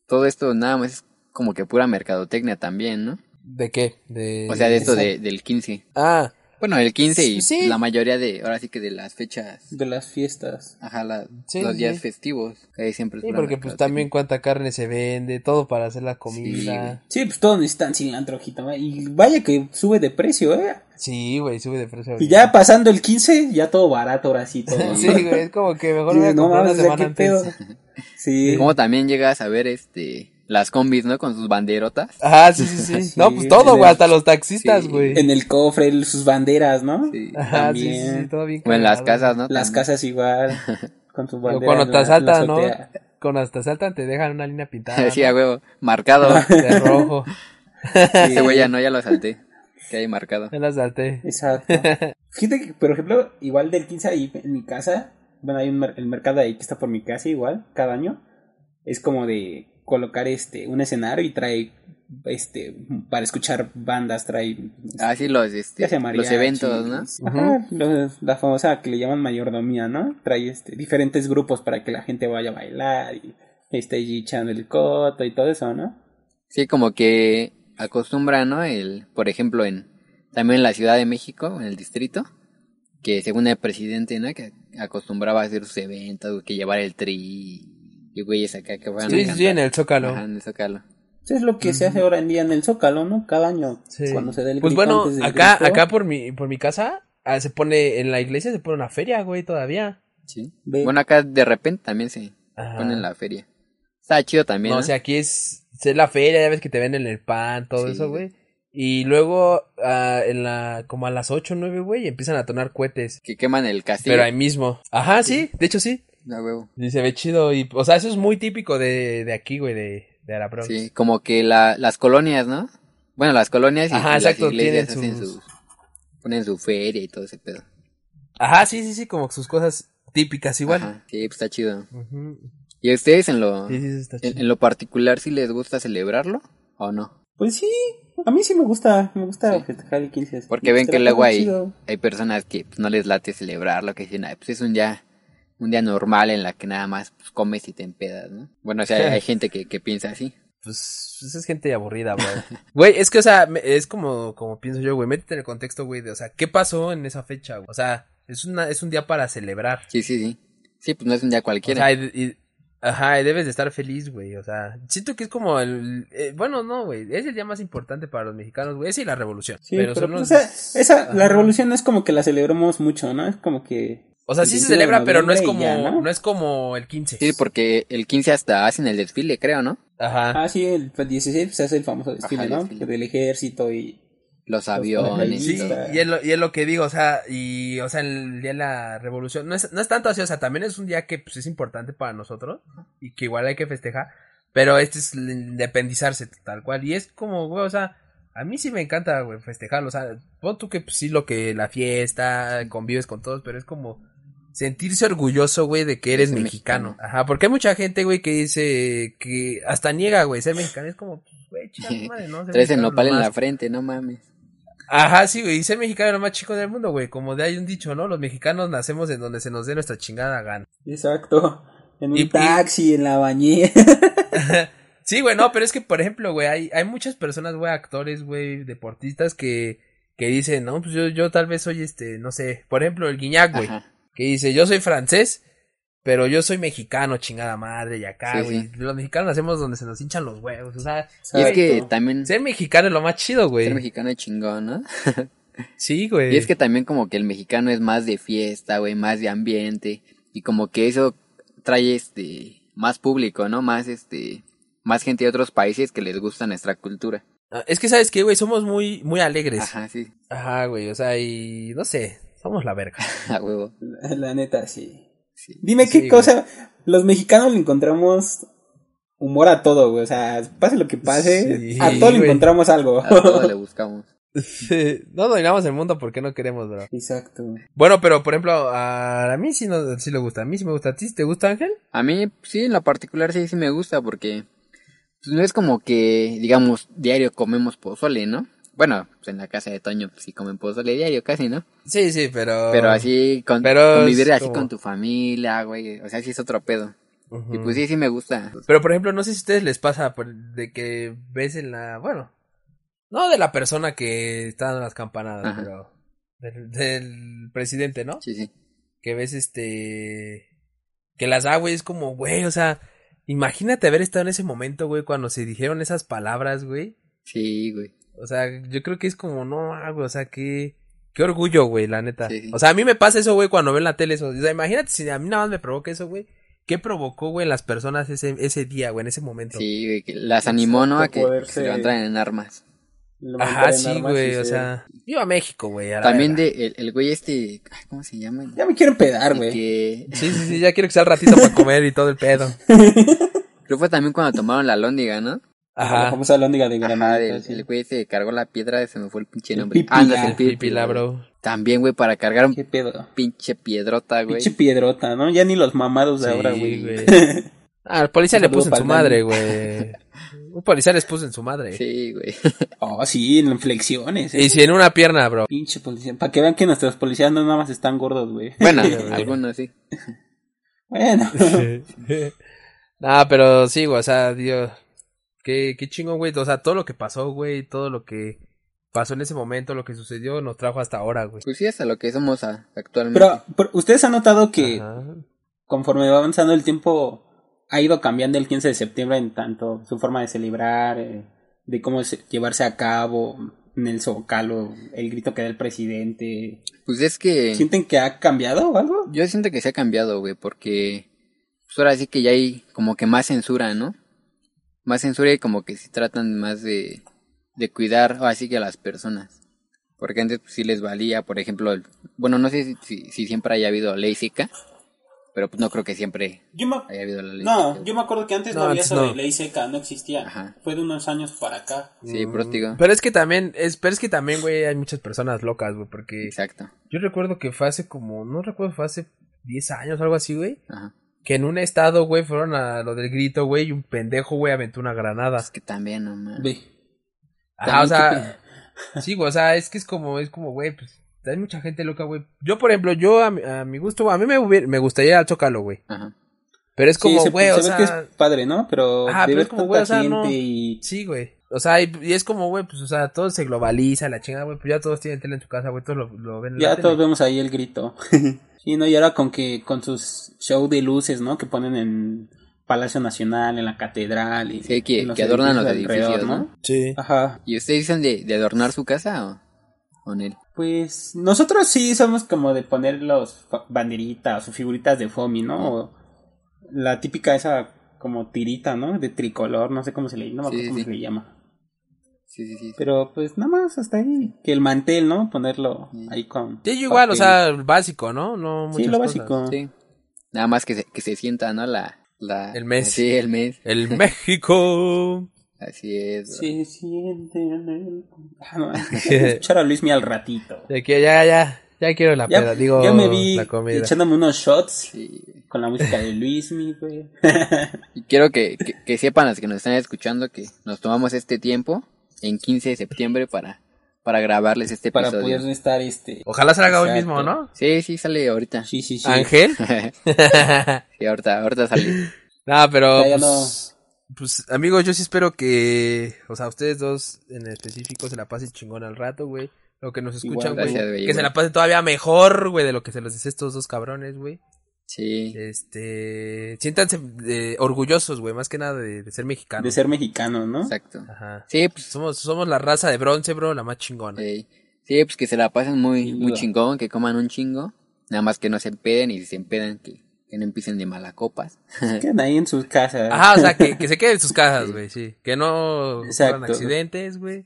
todo esto nada más es como que pura mercadotecnia también, ¿no?
¿De qué? De...
O sea, de esto
Exacto.
de, del 15.
Ah,
Bueno, el 15 y
Sí.
la mayoría de, ahora sí que de las fechas,
De las fiestas.
ajá, la-
Sí,
los
sí,
días
sí.
festivos. Ahí siempre es
sí,
pura
porque pues
mercadotecnia.
también cuánta carne se vende, todo para hacer la
güey.
comida.
Sí, pues todos necesitan cilantro, jitomate. Y vaya que sube de precio, ¿eh?
Sí, güey, sube de precio.
Y
ahorita.
ya pues, pasando el 15, ya todo barato, ahora sí,
<laughs>
todo.
Sí, güey, es como que mejor
Sí,
voy a
no
comprar
mames,
una
o sea, qué
semana antes.
pedo.
<laughs>
Sí.
Como también llegas a ver este las combis, ¿no? Con sus banderotas.
Ah, sí, sí,
<laughs>
sí. No, pues
Sí,
todo,
en
güey,
el-
hasta los taxistas,
sí,
güey.
En el cofre, el- sus banderas, ¿no?
Sí.
Ajá, sí, sí,
también.
sí, todo bien.
O en las
cagado,
casas, ¿no?
Las
También.
casas igual. Con sus
güey. <laughs> O
banderas.
cuando te
en la- en la
asaltan, ¿no? <laughs>
azotea.
Cuando hasta asaltan te dejan una
<laughs>
línea pintada.
<laughs> Sí,
¿no?
a huevo. Marcado.
De rojo.
<laughs> Ese güey ya no, ya lo salté. Que hay marcado.
Ya las
<laughs>
salté. <laughs>
Exacto. Fíjate que, por ejemplo, igual del 15 ahí en mi casa, bueno, hay un mer- el mercado ahí que está por mi casa igual, cada año, es como de colocar este un escenario y trae este para escuchar bandas, trae
Así los, este,
ya sea mariachi, pues,
los eventos, ¿no?
Ajá, los- la famosa que le llaman mayordomía, ¿no? Trae este diferentes grupos para que la gente vaya a bailar y esté allí echando el coto y todo eso, ¿no?
Sí, como que acostumbra, ¿no? El, por ejemplo, en también en la Ciudad de México, en el distrito, que según el presidente, ¿no? Que acostumbraba a hacer sus eventos, güey, que llevar el tri y güeyes acá que van a
Sí, sí,
cantar.
sí, en el Zócalo.
Ajá, en el Zócalo.
Eso es lo que se hace ahora en día en el Zócalo, ¿no? Cada año
Sí.
cuando se da el
Pues
grito
bueno,
antes del
acá,
grito.
acá por mi, por mi casa, ah, se pone, en la iglesia se pone una feria, güey, todavía.
Sí.
Ve.
Bueno, acá de repente también se
Ajá.
ponen la feria. Está chido también.
No,
¿eh? No,
o sea, aquí es, es la feria, ya ves que te venden el pan, todo
Sí,
eso, güey.
güey.
Y luego, ah, en la, como a las 8 o 9, güey, empiezan a tonar cohetes.
que queman el
¿Ah,
castillo.
Pero ahí mismo. Ajá, sí, de hecho sí.
Ah, huevo.
Y se ve chido. Y, o sea, eso es muy típico de, de aquí, güey, de, de la Bronx.
Sí, como que la, las colonias, ¿no? Bueno, las colonias y,
Ajá,
y las
exacto,
iglesias
tienen
hacen
sus-
su ponen su feria y todo ese pedo.
Ajá, sí, sí, sí, como sus cosas típicas igual.
Ajá, sí, pues está chido.
Ujú.
¿Y a ustedes en lo
Sí, sí, sí, está
en,
chido.
en lo particular si les gusta celebrarlo o no?
Pues sí, a mí sí me gusta, me gusta
Sí.
festejar el 15.
Porque ven
Se
que
la
luego
pasan
hay,
chido.
hay personas que pues, no les late celebrarlo, que dicen, "Ay, pues es un día
<laughs>
un día normal en la que nada más pues, comes y te empedas, ¿no? Bueno, o sea, hay gente que, que piensa así.
pues, pues es gente aburrida, güey. <laughs> Güey, es que, o sea, me- es como, como pienso yo, güey. Métete en el contexto, güey, de, o sea, ¿qué pasó en esa fecha, güey? O sea, es, una, es un día para celebrar.
Sí, sí, sí. Sí, pues no es un día
O
cualquiera.
sea, y- y- ajá, y debes de estar feliz, güey. O sea, siento que es como el. eh, bueno, no, güey. Es el día más importante para los mexicanos, güey. Ese y la revolución.
Sí,
pero
pero,
son
pues,
los-
o sea, esa, la
Ajá.
revolución no es como que la celebramos mucho, ¿no? Es como que...
O sea, sí
el
se
15 de
celebra, pero no es como.
noviembre y ya,
¿no?
¿no?
es como el 15.
Sí, porque el 15 hasta hacen el desfile, creo, ¿no?
Ajá.
Ah, sí, el 16 se hace el famoso desfile,
el
¿no?
desfile.
Del ejército y...
Los
paracaidistas.
aviones.
Sí,
todo.
y es, lo, y es lo que digo, o sea, y, o sea, el día de la revolución, no es, no es tanto así, o sea, también es un día que pues, es importante para nosotros y que igual hay que festejar, pero este es el independizarse tal cual, y es como, güey, o sea, a mí sí me encanta, güey, festejarlo, o sea, pon tú que pues, sí lo que, la fiesta, convives con todos, pero es como sentirse orgulloso, güey, de que eres
ser
mexicano.
mexicano.
ajá, porque hay mucha gente, güey, que dice que hasta niega, güey, ser mexicano, es como, pues, güey, chica,
<laughs>
tu madre, no, Ser
Tres en
mexicano
nopal en
nomás.
la frente, no mames.
Ajá, sí, güey. Y ser mexicano es lo más chico del mundo, güey. Como de hay un dicho, ¿no? Los mexicanos nacemos en donde se nos dé nuestra chingada gana.
Exacto. En un
Y- y-
taxi, en la bañera. <laughs>
Sí, güey, no, pero es que, por ejemplo, güey, hay, hay muchas personas, güey, actores, güey, deportistas que, que dicen, no, pues yo, yo tal vez soy este, no sé, por ejemplo, el Guiñac, güey,
Ajá.
que dice, yo soy francés, pero yo soy mexicano, chingada madre, y acá,
Sí,
güey.
sí.
Los mexicanos nacemos donde se nos hinchan los huevos, o sea,
Y es que
Exacto.
también
ser mexicano es lo más chido,
ser
güey.
mexicano es chingón, ¿no?
Sí, güey.
Y es que también como que el mexicano es más de fiesta, güey, más de ambiente. Y como que eso trae este más público, ¿no? Más este más gente de otros países que les gusta nuestra cultura.
Ah, es que, ¿sabes qué, güey? Somos muy, muy alegres. Ajá.
Ajá, sí, <laughs>
güey, o sea, y no sé, somos la <laughs> verga.
a huevo.
La neta, sí.
Sí.
Dime
Sí,
qué cosa. Los mexicanos le encontramos humor a todo, güey. O sea, pase lo que pase,
Sí,
a todo le
güey.
encontramos algo.
A todo le buscamos.
no dominamos el mundo porque no queremos, bro.
Exacto.
Bueno, pero por ejemplo, a, a mí sí, no, sí le gusta. A mí sí me gusta. ¿A ti sí te gusta, Ángel?
A mí sí, en lo particular sí sí me gusta porque pues, no es como que digamos diario comemos pozole, ¿no? Bueno, pues en la casa de Toño pues, sí comen pozole diario casi, ¿no?
Sí, sí, pero.
Pero así, con,
Ah, Pero es
convivir así
como-
con tu familia, güey. O sea, sí es otro pedo.
Ujú.
Y pues sí, sí me gusta.
Pero por ejemplo, no sé si a ustedes les pasa por- de que ves en la. Bueno, no de la persona que está dando las campanadas,
Ajá.
pero. Del, del presidente, ¿no?
Sí, sí.
Que ves este. Que las da, güey, es como, güey, o sea. Imagínate haber estado en ese momento, güey, cuando se dijeron esas palabras, güey.
Sí, güey.
O sea, yo creo que es como, no, ah, güey, o sea, qué, qué orgullo, güey, la neta.
Sí, sí.
O sea, a mí me pasa eso, güey, cuando ven la tele eso. O sea, imagínate si a mí nada más me provoca eso, güey. ¿Qué provocó, güey, en las personas ese, ese día, güey, en ese momento?
Sí, güey. que Las animó, ¿no? A que,
poder
que se
ser-
levantaran en armas.
Lo
Ajá,
mandaron
sí,
armas y
güey, o
se-
sea. Viva México, güey. a la
También
verga.
de el, el güey este. ay, ¿Cómo se llama? El-
Ya me quiero empedar,
el
güey.
que.
Sí, sí, sí, ya quiero que sea el ratito para comer y todo el pedo.
Creo fue también cuando tomaron la lóndiga, ¿no?
La
Ajá.
famosa lóndiga de
Ajá,
Granada.
del-
sí.
el güey se cargó la piedra, se me fue el pinche
El
nombre.
Pípila.
Ah, no, es el
El
pípila,
Pípila,
güey.
bro.
También, güey, para cargar un
¿Qué pedo?
pinche piedrota, güey.
Pinche piedrota, ¿no? Ya ni los mamados de
Sí,
ahora, güey.
güey. Ah, al policía
Un
le
saludo
puso en
pa'l
su madre, güey. Un policía les puso en su madre.
Sí,
<laughs>
güey.
Oh, sí, en flexiones. ¿eh?
Y si en una pierna, bro.
Pinche policía. Para que vean que nuestros policías no nada más están gordos, güey.
Bueno,
güey.
algunos sí. <laughs>
Bueno.
<laughs> Nah, pero sí, güey, o sea, Dios. Qué, qué chingón, güey. O sea, todo lo que pasó, güey, todo lo que pasó en ese momento, lo que sucedió, nos trajo hasta ahora, güey.
Pues sí, hasta lo que somos a- actualmente.
Pero, pero, ¿ustedes han notado que
Ajá.
conforme va avanzando el tiempo, ha ido cambiando el 15 de septiembre en tanto su forma de celebrar, eh, de cómo se- llevarse a cabo en el zocalo, el grito que da el presidente.
Pues es que.
¿Sienten que ha cambiado o algo?
Yo siento que se ha cambiado, güey, porque pues ahora sí que ya hay como que más censura, ¿no? Más censura y como que sí tratan más de, de cuidar así que a las personas. Porque antes pues, sí les valía, por ejemplo, el- bueno, no sé si, si- si siempre haya habido ley seca, pero pues no creo que siempre
Yo me,
haya habido la ley seca.
no,
güey.
yo me acuerdo que antes no,
No,
había
antes
sobre
no.
ley seca, no existía.
Ajá.
Fue de unos años para acá.
Sí, pero te digo,
Pero es que también, es, pero es que también, güey, hay muchas personas locas, güey, porque
exacto.
yo recuerdo que fue hace como, no recuerdo, fue hace 10 años, algo así, güey,
Ajá.
que en un estado, güey, fueron a lo del grito, güey, y un pendejo, güey, aventó una granada.
Es que también, no mames.
Ve.
Ajá, Ah, o
También
sea, sí, güey, o sea, es que es como, es como, güey, pues, hay mucha gente loca, güey. Yo, por ejemplo, yo, a mi, a mi gusto, güey, a mí me, hubiera- me gustaría ir al Zócalo, güey.
Ajá.
Pero es como,
se-
güey,
se
o
ve
sea.
que es padre, ¿no? Pero
Ajá,
de
pero
ver
es como,
tanta
güey, o sea,
gente
no.
y...
Sí, güey. O sea, y, y es como, güey, pues, o sea, todo se globaliza, la chingada, güey, pues ya todos tienen tele en su casa, güey, todos lo, lo ven en la
Ya
tele.
todos vemos ahí el grito. <laughs> y no, y ahora con que con sus show de luces, ¿no? Que ponen en Palacio Nacional, en la catedral y
Sí, que-
en los
que adornan los
alrededor,
edificios, ¿no?
Sí.
Ajá.
¿Y ustedes dicen de, de adornar su casa o, o Nel?
Pues nosotros sí somos como de poner los fa- banderitas o figuritas de Fomi, ¿no? O la típica esa como tirita, ¿no? De tricolor, no sé cómo se le, no me acuerdo
Sí,
cómo
sí.
se le llama.
Sí, sí, sí.
Pero pues nada más hasta ahí. Que el mantel, ¿no? Ponerlo ahí con.
Sí, yo igual, o
papel.
sea, básico, ¿no? No
Sí,
muchas
lo
cosas.
básico.
Sí. Nada más que se, que se sienta, ¿no? La, la...
El mes.
Sí, el mes.
El <laughs> México.
Así es.
Se siente
<laughs>
en el- Ah, no, hay que escuchar a Luis Mía al ratito.
De que ya, ya, ya quiero la peda,
Ya,
digo,
ya me vi
la comida.
echándome unos shots
Sí.
con la música de Luis Mía,
<laughs>
güey.
Y quiero que, que, que sepan las que nos están escuchando que nos tomamos este tiempo en 15 de septiembre para, para grabarles este
Para
episodio.
poder estar este.
Ojalá salga hoy
Exacto.
mismo, ¿no?
Sí, sí, sale ahorita.
Sí, sí, sí.
Ángel.
<laughs>
<laughs>
Sí, ahorita, ahorita sale.
No, pero
Ya, ya
pues, pues, amigos, yo sí espero que, o sea, ustedes dos en específico se la pasen chingón al rato, güey. Lo que nos escuchan,
Igual,
güey.
gracias, güey,
Que
igual.
se la pasen todavía mejor, güey, de lo que se los dice estos dos cabrones, güey.
Sí.
Este, siéntanse eh, orgullosos, güey, más que nada de, de ser mexicanos.
De ser mexicano, ¿no?
Exacto.
Ajá.
Sí, pues
Somos, somos la raza de bronce, bro, la más chingona.
Eh,
Sí, Sí, pues que se la pasen muy,
Sin
muy
duda.
chingón, que coman un chingo. Nada más que no se empeden y si se empeden que, que no empiecen de malacopas.
Quedan ahí en sus casas.
Ajá, o sea, que, que se
<laughs>
queden en sus casas, güey, sí. Que no
Exacto.
ocurran accidentes, güey.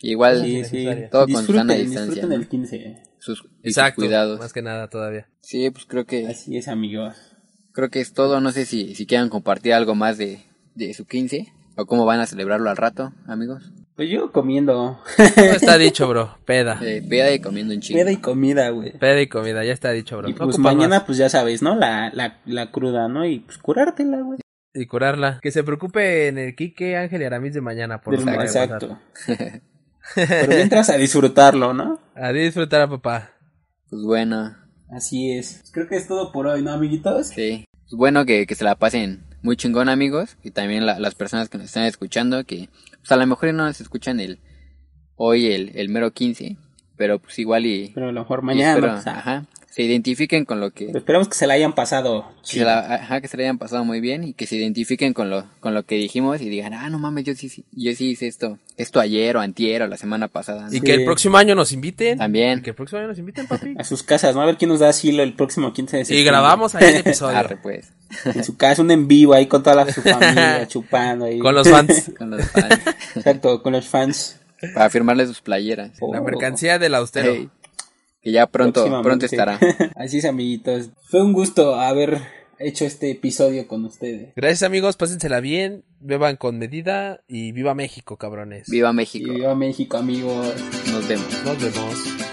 Igual,
Sí, sí.
todo con sana
Disfruten,
distancia.
disfruten
¿no?
el 15.
Sus, y sus
Exacto. Más
cuidados.
que nada todavía.
Sí, pues creo que,
Así es, amigos.
creo que es todo. No sé si, si quieran compartir algo más de, de su 15 o cómo van a celebrarlo al rato, amigos.
Pues yo comiendo.
Todo está dicho, bro.
<laughs>
Peda.
Eh, peda y comiendo un chingo.
Peda y comida, güey.
Peda y comida, ya está dicho, bro.
Y
No
pues
ocupa
mañana,
más.
pues ya sabes, ¿no? La, la, la cruda, ¿no? Y pues curártela, güey.
Y curarla. Que se preocupe en el Quique, Ángel y Aramis de mañana, por
Del-
lo que vaya a pasar.
Exacto. Pero mientras a disfrutarlo, ¿no?
A disfrutar a papá.
Pues bueno,
Así es. Pues creo que es todo por hoy, ¿no, amiguitos?
sí. Pues bueno que, que se la pasen muy chingón, amigos. Y también la- las personas que nos están escuchando, que pues a lo mejor no nos escuchan el hoy el, el mero 15, pero pues igual y...
Pero a lo mejor
y
mañana.
espero,
pues, ah,
ajá, se identifiquen con lo que...
pero esperamos que se la hayan pasado.
que
chido.
se la- ajá, que se le hayan pasado muy bien y que se identifiquen con lo, con lo que dijimos y digan, ah, no mames, yo sí, sí- yo sí hice esto, esto ayer o antier o la semana pasada. ¿no?
Y que el próximo año nos inviten.
También.
Y que el próximo año nos inviten,
<laughs>
papi.
A sus casas, ¿no? A ver quién nos da asilo el próximo 15 de
y
septiembre.
grabamos ahí el episodio.
Arre, pues,
En su casa, un en vivo ahí con toda la,
<laughs>
su familia chupando ahí.
con los
<laughs>
fans.
con los fans,
Exacto, con los fans.
para firmarles sus playeras.
Oh.
La mercancía del austero.
Ey, que ya pronto, pronto
Próximamente. <laughs>
estará.
Así es, amiguitos. Fue un gusto haber hecho este episodio con ustedes.
Gracias, amigos. Pásensela bien. Beban con medida. Y viva México, cabrones.
Viva
Y
México.
viva México, amigos.
Nos vemos.
Nos vemos.